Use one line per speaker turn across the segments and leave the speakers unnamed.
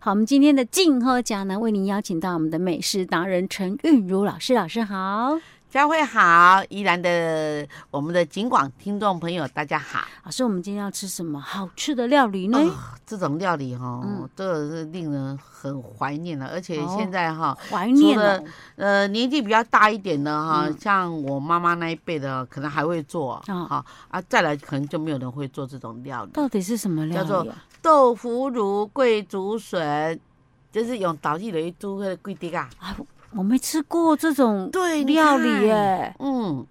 好，我们今天的静喝家呢，为您邀请到我们的美食达人陈韵如老师，老师好，
佳慧好，宜兰的我们的景广听众朋友大家好。
老师，我们今天要吃什么好吃的料理呢？
哦这种料理哈、
哎嗯
这是令人很怀念了，而且
哦
现在哈、
怀念哦，
呃，年纪比较大一点的哈、
嗯
像我妈妈那一辈的，可能还会做，好、
哦
啊，再来可能就没有人会做这种料理，
到底是什么料
叫
理、
做
啊？
豆腐乳桂竹笋，就是用倒地雷猪的桂丁啊，
我没吃过这种
对
料理耶、，
你看嗯，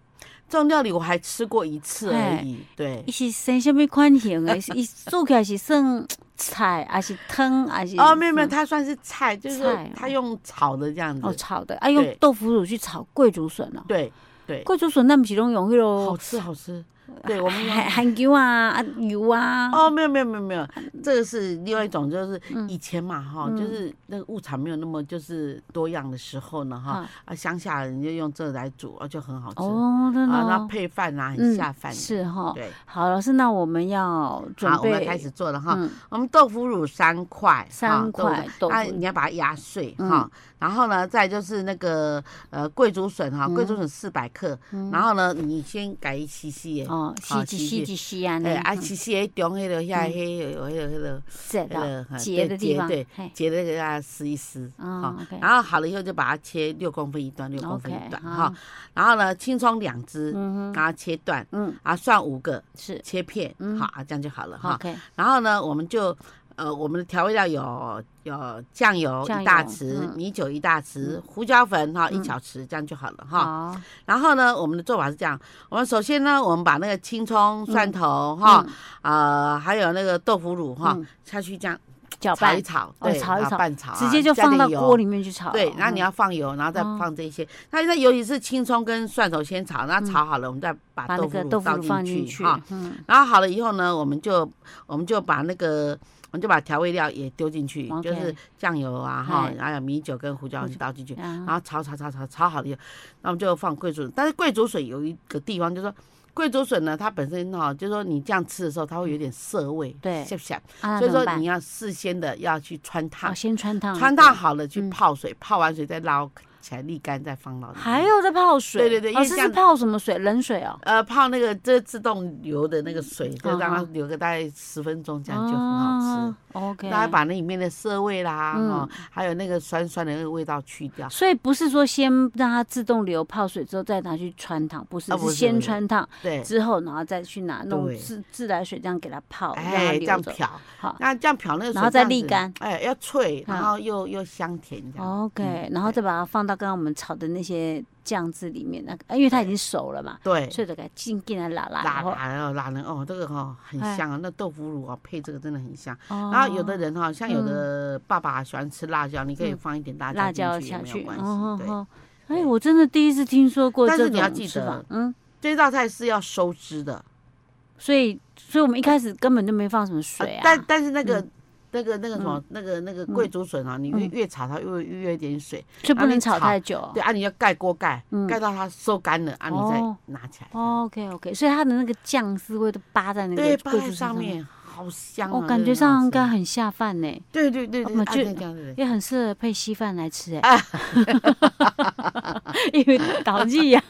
这种料理我还吃过一次而已，对
伊。是生什么款型的？ 伊做起来是算菜，还是汤，还是？
哦，没有没有，
嗯
它算是菜，就是
菜哦
它用炒的这样子，
哦，炒的，啊，用
对
豆腐乳去炒桂竹笋哦。
对对，
桂竹笋那不是拢用迄
好
咯
吃好 吃，对我们用
含含油啊、啊油啊。
哦，没有没有没有没有，这个是另外一种，就是
嗯
以前嘛哈，
嗯
就是那个物产没有那么就是多样的时候呢哈
啊，
啊乡下人就用这来煮，啊就很好吃啊，
哦，真的
那
哦。
配饭啊很下饭的，
是哦哈。
对，
好，老师，那我们要准
好，我
备
们要开始做了哈，
嗯，
我们豆腐乳三块，哈
三块豆
豆
腐嗯
腐乳，那啊你要把它压碎哈，然后呢再就是那个呃桂竹笋
嗯
哈，桂竹笋四百克，然后呢你先改一细细的。
哦，洗
好
一
洗
洗
一
一洗啊，
哎，
那
啊，细细的中迄个遐迄个迄个迄个
折
那个
到
哈
结
呃对
的地
结
方，
对
嘿，
结了给它撕一撕，
哦
好啊
OK
然后好了以后就把它切六公分一段，六公分
OK，
一段
好
哈，然后呢青葱两只，
嗯哼，
然后切断，
嗯，
啊蒜五个
是
切片
嗯，
好啊这样就好了哈。
，OK，
然后呢我们就呃我们的调味料有有酱油
酱油
一大匙
嗯，
米酒一大匙，胡椒粉哈一
嗯
小匙，这样就好了哈。
好，
然后呢，我们的做法是这样：我们首先呢，我们把那个青葱、蒜头哈，呃，还有那个豆腐乳哈
嗯
下去这样
搅
炒
拌
一，炒，
哦
对，
炒一
啊
炒
拌炒啊，
直接就
加
放到
点油
锅。里面去炒了。
对，然后你
嗯
要放油，然后再
哦
放这些。那那尤其是青葱跟蒜头先炒，那炒好了，我们再把
嗯把那
豆
个
腐
豆
乳
腐
倒
乳放
进
进
去
去
哈。，
嗯，
然后好了以后呢，我们就我们就把那个我们就把调味料也丢进去，
OK
就是酱油啊哈
哎，嗯
还有米酒跟胡椒粉倒进去。
然
然后炒炒炒炒炒好了以后，那我们就放桂竹笋。但是桂竹笋有一个地方，就是说桂竹笋呢，它本身哈、就是说你这样吃的时候，它会有点涩味，
对
下不下？
啊，
所以说你
你
要事先的要去穿烫
哦，，先穿烫，
穿烫好了去
嗯
泡水，泡完水再捞起来沥干，再放到里面
还有在泡水，
对对对因
老
为
师
这
是
样
泡什么水？冷水哦，
呃泡那个这自动流的那个水，就让它
嗯
流个大概十分钟，这样就很好吃。
吃。OK，哦
大家把那里面的涩味啦，
嗯
哦，还有那个酸酸的那个味道去掉。
所以不是说先让它自动流泡水之后再拿去穿烫，不是，
啊不
是
是
先
不是
穿烫
对，
之后，然后再去拿弄
对
自自来水这样给它泡，哦让它
哎，这
流
样
着。
漂。
好
那这样漂那个水，
然后再
这样子
沥干
哎，要脆，
嗯
然后又又香甜这样。
OK，
嗯
然后
对
再把它放到刚刚我们炒的那些酱汁里面，那个，啊因为它已经熟了嘛，
对，
所以就给它进进来拉拉。
拉
然后
拉哦拉人哦，这个哈很
哎
香啊，那豆腐乳啊配这个真的很香。
哦嗯
然后有的人哈，像有的爸爸喜欢吃辣椒，你可以放一点辣
哦辣椒
椒进去
下
也没
去，
有关
哦
系。对，
哦哎，我真的第一次听说过
但
这
是你要
种
记
吃
得
法，嗯，
这道菜是要收汁的，
所以，所以我们一开始根本就没放什么水
呃
啊，嗯
但但是那个。那个那个什么，那个那个桂竹笋啊，你越越炒它越越越有点水，
就不
然后
能
你
炒
炒
太久嗯哦。
对啊，你要盖锅盖
嗯，
盖到它收干了啊，你
哦
再拿起来。
OK OK，所以它的那个酱丝会都扒在那个桂
对，放
竹
在
笋
上
面，
面，好香啊！
我哦感觉
这个很好
上应该
吃
很下饭呢，
对对对
我
对，
们
啊
就
这样子。
也很适合配稀饭来吃
啊
哎， 因为导剂 呀，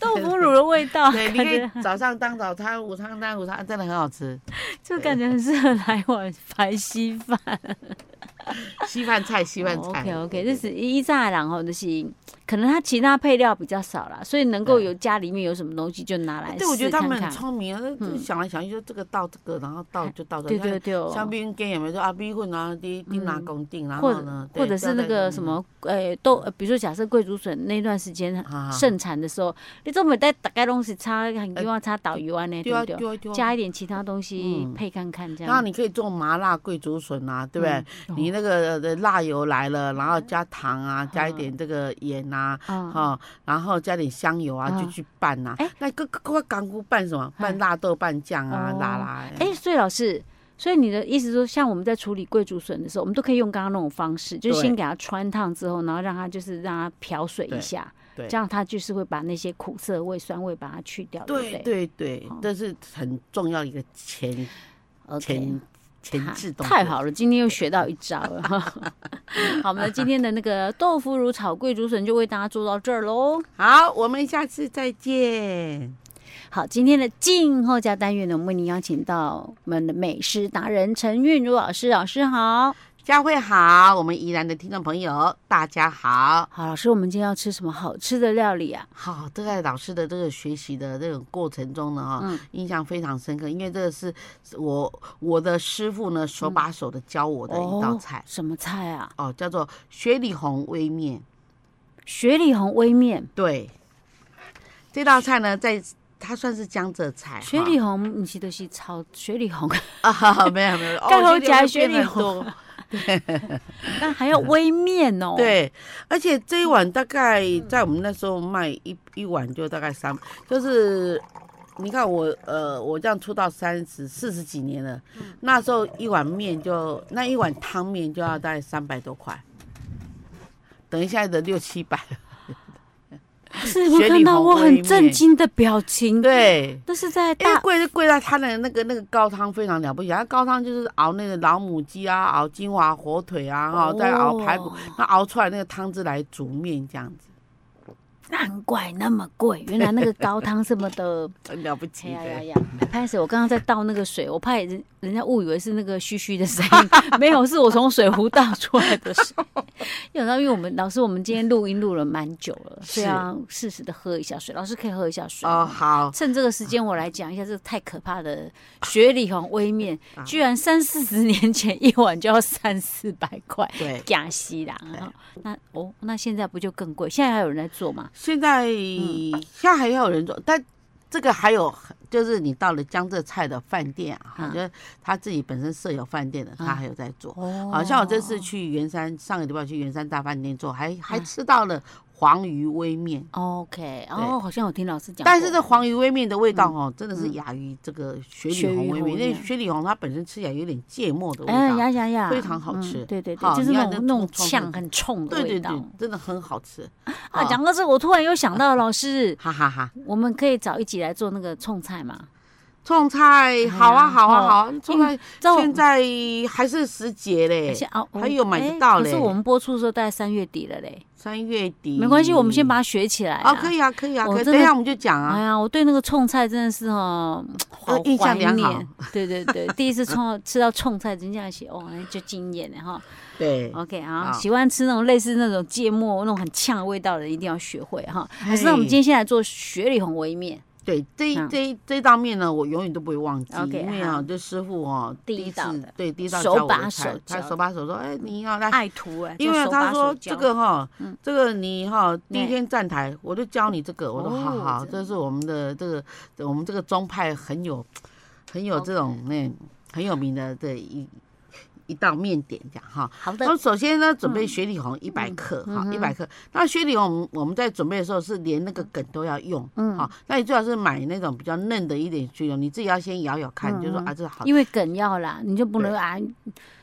豆腐乳的味道，
对，
感
你可
觉
以早上当早餐，午餐当午餐，真的很好吃。
就感觉很适合来碗白稀饭。
稀饭菜，稀饭菜。
OK OK，这哦是一炸然后就是可能它其他配料比较少啦，所以能够有家里面有什么东西就拿来
哎对，我觉
试
得他
看
们很
看。
聪明啊，那就
嗯
想来想去，就这个到这个，然后到就到这
对
个。
对对哦，
像像米粉有没有说啊米粉啊，你你拿
嗯
公定，然
或
后呢，对
或者是那个什，么，呃，豆，呃比如说假设桂竹笋那段时间
好好
盛产的时候，你这么在大概东西插很地方插导游啊呢，
不要
对不对？
再呃丢啊丢啊丢啊。
加一点其他东西
嗯
配看看，这
然后
样。
你可以做麻辣桂竹笋啊，对不对
嗯？哦
你那个呃辣油来了，然后加糖啊，加一
嗯
点这个盐啊，
啊，
哈、然后加点香油啊，
啊
就去拌呐、
哎
那个个港菇拌什么？
哎
拌辣豆瓣酱啊，
哦
拉拉。
哎，所以老师，所以你的意思说，像我们在处理桂竹笋的时候，我们都可以用刚刚那种方式，就是
对
先给它穿烫之后，然后让它就是让它漂水一
对
下，
对
这样它就是会把那些苦涩味、酸味把它去掉，对不
对
对
对对
哦，
这是很重要一个前
？OK，
前前置动作。
太好了，今天又学到一招了。 好，我们今天的那个豆腐乳炒桂竹笋就为大家做到这儿喽。
好，我们下次再见。
好，今天的静候家单元呢，我们为您邀请到我们的美食达人陈韵如老师，老师好。
佳慧好，我们宜兰的听众朋友大家好。
好，老师，我们今天要吃什么好吃的料理啊？
好，这个老师的这个学习的这种过程中呢，哈、
嗯
印象非常深刻，因为这个是我我的师傅呢手把手的教我的一道菜
嗯哦、什么菜啊？
哦叫做雪里红微面。
雪里红微面，
对，这道菜呢，在它算是江浙菜哈，
雪里红，你记得是炒雪里红，
啊， 没有没有，哦
盖头夹
雪
雪里
里红变很多
那还要微面 哦。，
对，而且这一碗大概在我们那时候卖一一碗就大概三，就是你看我呃我这样出道三十四十几年了，那时候一碗面就那一碗汤面就要大概三百多块，等一下的六七 百了。
是我
雪里
看到
红
我
微
很
面
震惊的表情。，
对，
那是在
因为
大
贵是贵在它的那个那个高汤非常了不起，它高汤就是熬那个老母鸡啊，熬金华火腿啊，哈、再熬排骨
哦，
那熬出来那个汤汁来煮面这样子，
难怪那么贵，原来那个高汤这么的。
很了不起
哎呀呀
的。
呀！拍死我刚刚在倒那个水，我怕人人家误以为是那个嘘嘘的声音， 没有，是我从水壶倒出来的水。 有时候因为我们老师，我们今天录音录了蛮久了，
是
所以要适时的喝一下水。老师可以喝一下水
哦，
吗。
好，
趁这个时间，我来讲一下这个太可怕的雪里红微面
啊，
居然三四十年前一碗就要三四百块，
对，
假西啦！啊那哦，那现在不就更贵？现在还有人在做吗？
现在、
嗯
现在还有人做，但这个还有就是你到了江浙菜的饭店啊，
嗯
就是他自己本身设有饭店的，他
嗯
还有在做。
哦
好像我这次去圆山，上个礼拜去圆山大饭店做，还
嗯
还吃到了黄鱼微面。
OK，哦，好像我听老师讲过，嗯
但是这黄鱼微面的味道哦，真的是亚于这个雪里红微
雪里红
面。
微面
因为雪里红它本身吃起来有点芥末的味
哎
道，
呀呀呀，
非常好
嗯
吃
对对对，
好
就是
你
那
看
种
那
那
冲
种
冲
呛
的
很冲的
对
味
对
道
对，真的很好吃
啊。讲到这个，我突然又想到，老师，
哈哈哈。
我们可以找一起来做那个冲菜嘛？
冲菜好啊
哎呀
好啊
哦
好啊，冲菜
知道我
现在还是时节嘞，
现啊，我
还有买得
哎
到
可是
嘞
我们播出的时候大概三月底了嘞，
三月底
没关系，我们先把它学起来
哦，可
以。
以啊，可以啊，
我
可以。
真
等
的
一下我们就讲
哎
啊，
呀，我对那个冲菜真的是哦，好
呃印象
怀
良好
念。对对对，第一次冲吃到冲菜，真的是哦，那就惊艳了哈。
对，
OK 啊，
好
喜欢吃那种类似那种芥末那种很呛的味道的，一定要学会哈。
哎
老师，那我们今天先来做雪里红微面，
对这一
嗯
这一这道面呢，我永远都不会忘记，
OK，
因为啊
好，
这师傅哦，
第一
一
道
次
的
对第一道
手
教我
把
的
手
菜，他
教
手把手说，哎，你要来。
爱徒哎，
因
叫
为
手
他
把手
说
教
这个哈
嗯，
这个你哈第一
对
天站台，我就教你这个。我说
哦
好好，
真
这是我们的这个我们这个宗派很有很有这种那很有名的这一一道面点这样哈。
好的
那，么首先呢，准备雪里红一百克
嗯
哈，
嗯
一
哼
百克。那雪里红我们我们在准备的时候是连那个梗都要用，
嗯
好，那你最好是买那种比较嫩的一点雪里红，你自己要先咬咬看，你就说
嗯嗯
啊这好
因为梗要啦，你就不能
对
啊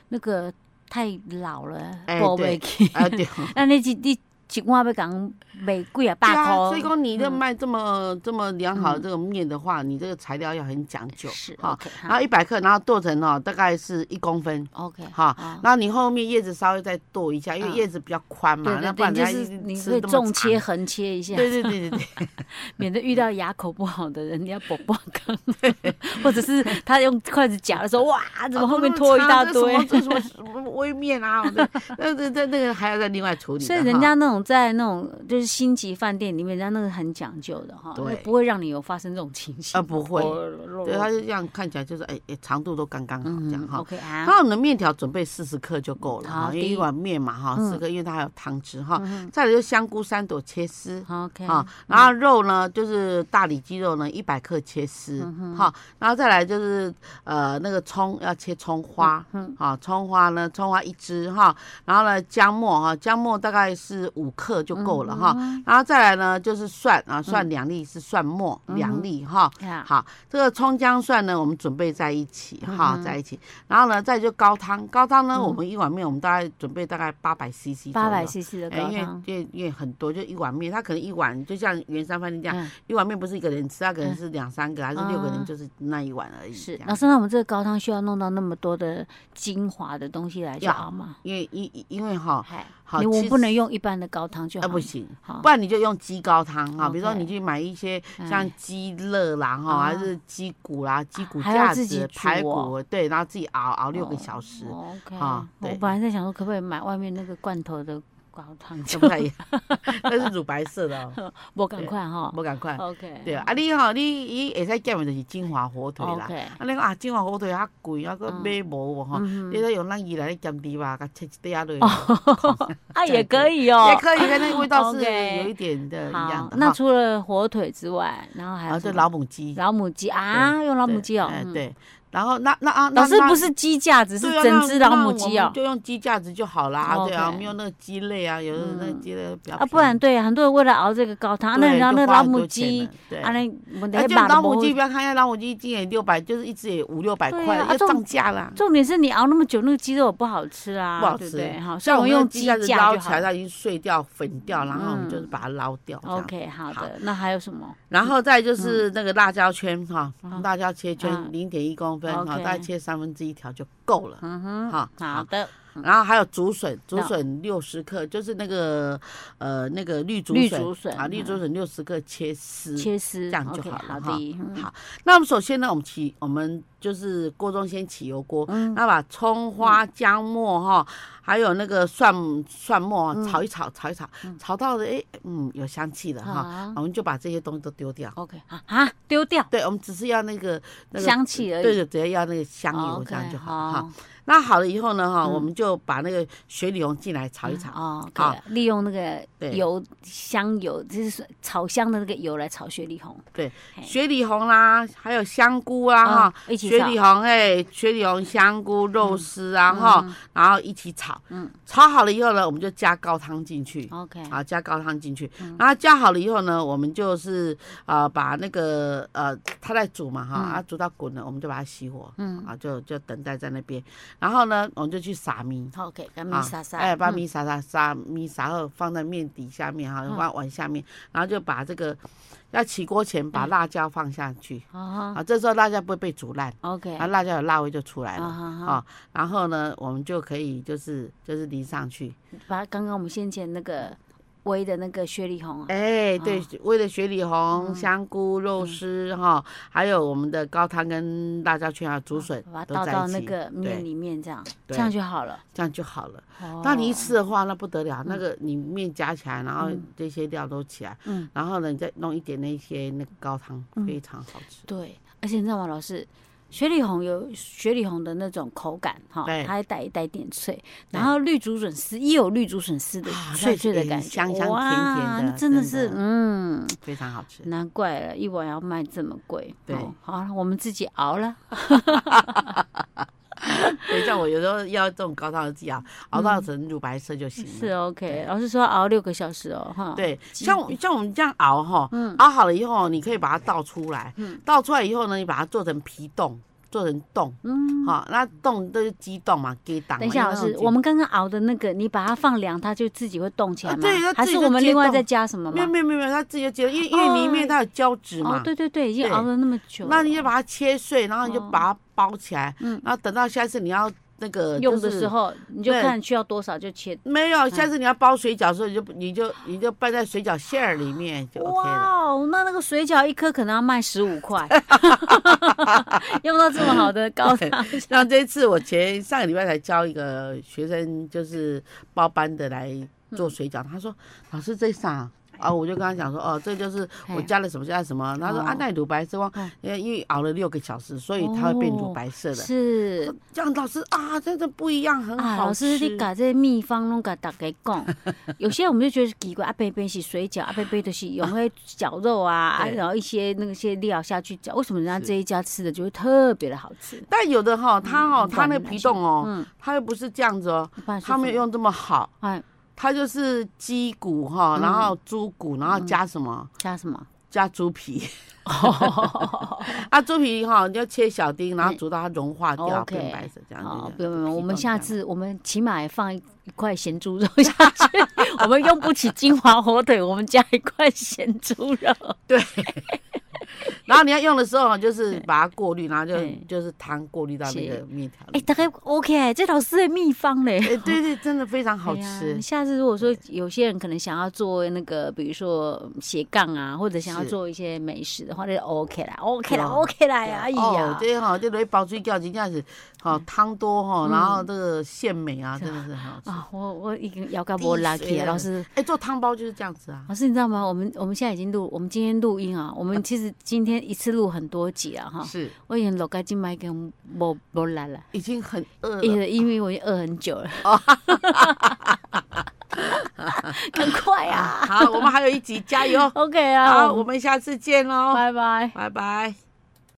那个太老了，
哎
播
对
袂起。
啊 对。
那你一你一碗要讲卖几啊
对
百
啊，
块，
所以说
嗯
你这卖这么、这么良好的这个面的话，你这个材料要很讲究，
是
哈。
OK
然后
哈
一百克，然后剁成哦，大概是一公分。
OK
好
好
然后你后面叶子稍微再剁一下，因为
嗯
叶子比较宽嘛，
对
那
对对，
不然
就
人家
是
一
你
吃
会
这么
重
长
切。横切一下，
对对对对对，
免得遇到牙口不好的人 要剥光刚， 或者是他用筷子夹的时候，哇，怎
啊
么
哦
后面拖一大堆？
这什么这什么什么微面啊？对那那那那个还要再另外处理的
所
哈。
以人家那种在那种就是星级饭店里面，人家那个很讲究的哈，
对
不会让你有发生这种情形
啊不会
哦对
对，它就这样看起来就是哎哎，长度都刚刚好这样
嗯
哈。
，OK 啊，
然后你的面条准备四十克就够了
好
哈，因为
第一
一碗面嘛哈，
嗯
四克，因为它还有汤汁哈。再来就香菇三朵切丝。
好 OK
啊，然后肉呢，就是大里脊肉呢，一百克切丝，
嗯
好、然后再来就是呃那个葱要切葱
嗯
花，好、葱花呢，葱花一只哈，然后呢姜末哈，姜末大概是五五克就够了
嗯
哈。然后再来呢，就是蒜啊，蒜两粒是蒜末两粒哈。
嗯啊，嗯
好，这个葱姜蒜呢，我们准备在一起哈，在一起。然后呢，再就高汤，高汤呢，我们一碗面我们大概准备大概八百 CC
八百 CC 的
哎，
高
因为
汤，
因为因为很多，就一碗面，他可能一碗就像圆山饭店这样，
嗯，
一碗面不是一个人吃，他可能是两三个、还是六个
啊
人，就是那一碗而已。
是
这。样
老师，那我们这个高汤需要弄到那么多的精华的东西来去
要
熬吗？
因为因因因为哈，
嗨，
好，
哎你我
其
们不
实
能用一般的高汤就
啊
好，
不，行，
好
不，然你就用鸡高汤哈，比如说
OK
你去买一些
嗯
像鸡肋啦哈，
啊
还是鸡骨啦、鸡骨
还要
架
自己
子、
煮
排骨
哦，
对，然后自己熬熬六个小时，
OK，
啊
我
对
本来在想说，可不可以买外面那个罐头的高 汤，
这
就
不太一样，那是乳白色的哦，
我赶快哈
我赶快，
，OK，
对啊，你哈你伊会使减的就是金华火腿啦。
，OK，
啊，你讲啊，金华火腿较贵，啊，佫买无吼，
嗯
你
哼，哦
再用咱宜兰的姜丝吧，甲切一块 落去，
啊也可以哦，
也可以，跟那个味道是
OK
有一点的一样
好，
的。
那
哈
除了火腿之外，然后还有
啊，
什
这
么
老母鸡，
老母鸡啊，用老母
对
鸡哦
哎，
嗯，
对，然后那那啊，那
老师
那
不是鸡架，只是
对啊
整只
那
老
那
母
我
鸡
们
哦，
就用鸡架子就好啦。对啊，
OK
我们用那个鸡肋啊，有的那个
嗯
鸡肋比较
啊，不
便宜
然对很多人为了熬这个高汤，啊那
对
你要
就
那
花
老
很
母
多钱
鸡
了，对。
啊，那我
啊，
得
就
把
老母鸡，不要看一下，老母鸡一斤也六百，就是一只也五六百
对啊
块，
啊这
要
种
涨价啦。
重点是你熬那么久，那个鸡肉不好吃啊，
不好
对
吃
对好，所以
像
我
我
们
们用
用
鸡
鸡
架
架
子
就
捞
好。
起来，它已经碎掉、粉掉，然后我们
嗯
就是把它捞掉。这样
OK，好嗯
好
的，那还有什么？
然后再就是那个辣椒圈哈
啊，
辣椒切
啊
圈零点一公分哈，
OK
大概切三分之一条就够了
嗯哼，
哈。
好的，
然后还有竹笋，竹笋六十克，就是那个呃那个绿竹
绿
笋
竹笋
啊，绿
嗯
竹笋六十克切丝。
切丝，
这样就
OK，
好了
好
哈
的，嗯
好那我们首先呢，我们起我们就是锅中先起油锅，
嗯
那把葱花、姜末哈，还有那个蒜蒜末
嗯
啊炒一炒，炒一炒，炒到的哎嗯有香气了哈，
好
我们就把这些东西都丢掉。
，OK，好啊，丢掉
对，我们只是要那个那个
香气而已，哦
对的，只要要那个香油
OK，
这样就好了哈
好。，
那好了以后呢，哈，
嗯
我们就把那个雪里红进来炒一炒。
哦，
好
对，利用那个
对
油香油，就是炒香的那个油来炒雪里红，嘿
雪里红啦，还有香菇啦，啊哈，
嗯一起
雪
炒
里红哎，雪里红香菇肉丝啊，哈，然后一起炒。
嗯哦
炒好了以后呢，我们就加高汤进去。
，OK，
啊，加高汤进去，
嗯
然后加好了以后呢，我们就是呃把那个呃它在煮嘛哈，啊煮到滚了，我们就把它熄火，
嗯
啊就就等待在那边，然后呢我们就去撒米，
好，OK，干
啊
米沙沙，
哎，把
嗯
米撒撒撒米撒后放在面底下面哈，放碗下面，然后就把这个要起锅前
嗯
把辣椒放下去
啊
啊，这时候辣椒不会被煮烂，
哈，OK，
啊，辣椒有辣味就出来了。
哈
啊，然后呢，我们就可以就是就是淋上去，
把刚刚我们先前那个煨的那个雪里红啊，
哎，对，为了雪里红、
嗯
香菇、肉丝哈，还有我们的高汤跟辣椒圈还有竹笋
哦把它
都
倒
在
到
一
那
起
个
对
面里面，这样这
对
样就好了。
这样就好了。
哦
那你一吃的话，那不得了，那个你面夹起来，然后这些料都起来，
嗯
然后呢，你再弄一点那些那个高汤，非常好吃。
对，而且你知道吗，老师？雪里红有雪里红的那种口感哈，
对
它还带一带点脆，
对
然后绿竹笋丝也有绿竹笋丝的
啊
脆脆的
那
感觉，
香香甜甜的
哇那真
真
的
的
是嗯，
非常好吃。
难怪了，一碗要卖这么贵。
对
哦好了，我们自己熬了，
所以像我有时候要这种高汤的自己熬，熬
嗯
到成乳白色就行了。
是 OK。老师说熬六个小时哦，哈，，
嗯对，像我像我们这样熬哈，
嗯
熬好了以后，你可以把它倒出来，倒出来以后呢，你把它做成皮冻，做成冻，嗯，好，那冻都是鸡冻嘛，鸡冻嘛。
等一下，老
因为那种
师，
鸡
我们刚刚熬的那个，你把它放凉，它就自己会动起来
啊
吗？
对它
还
自
是
己就
我们
自己
另外
动
再加什么
没有
吗？
没有没有，它自己就结了，因为因为里面它有胶质嘛
哦，，对对对，已经
对
熬了那么久了，
那你就把它切碎，然后你就
哦嗯
把它包起来，然后等到下次你要那个
用的时。
就是
候嗯你就
对
看需要多少就切。
没有，下次你要包水饺的时候，你就你就你就拌在水饺馅儿里面就 OK 了。
哇哦，那那个水饺一颗可能要卖十五块， 用到这么好的 高汤，
那这一次我前上个礼拜才教一个学生，就是包班的来
嗯
做水饺，他说老师这啥？啊，我就跟他讲说，哦，这就是我
哎
加了什么加了什么。他说啊
哦，
那乳白色光
哦，
因为因为熬了六个小时，所以它会变乳白色的。
是
这样老师啊，真的不一样，很
啊，
好
老
吃。
师，你把这些秘方拢甲大家讲，有些我们就觉得奇怪，啊，贝贝是水饺，啊，贝贝就是用迄绞肉啊， 啊，
对
然后一些那个些料下去搅，为什么人家这一家吃的就会特别的好吃？
但有的哈，它哦，它那
管得
皮
蛮
冻哦，
嗯，
它又不是这样子哦，
不然是
它没有
什么，
用这么好。
哎，
它就是鸡骨哈，
嗯
然后猪骨，然后加什么？
加什么？
加猪皮啊，猪皮哈，你要切小丁，然后煮到它融化掉
嗯 OK
变白色，这样子。
好，不
这
用
样
不用，我们
皮冻
下
这样
次我们起码也放一一块咸猪肉 下去。我们用不起金华火腿，我们加一块咸猪肉。
然后你要用的时候啊，就是把它过滤，然后就
对
就是汤过滤到那
是
个面条
哎，
里。
大概 OK，这老师的秘方嘞。
哎，对对，真的非常好
对哎呀
吃。
下次如果说有些人可能想要做那个，比如说嗯斜杠啊，或者想要
是
做一些美食的话，那就 OK 啦，OK 啦
对啊
，OK 啦，阿姨
哦
哎呀，，嗯
对哈，这雷包水饺真正是好哦汤多哈，然后这个鲜美啊，真的是很好吃。
啊，我我已经要干
滴
我
水
lucky
了
老师。
哎，做汤包就是这样子啊。
老师，你知道吗？我们我们现在已经录，我们今天录音啊，我们其实今天一次录很多集啊，哈。
是，
我已经录到今麦跟无无力了，
已经很饿
因
了。
为因为我已经饿很久了。 赶快啊
好，我们还有一集，加油
！！OK 啊，
好，
我
我
们
们下次见喽，
拜拜。
拜拜。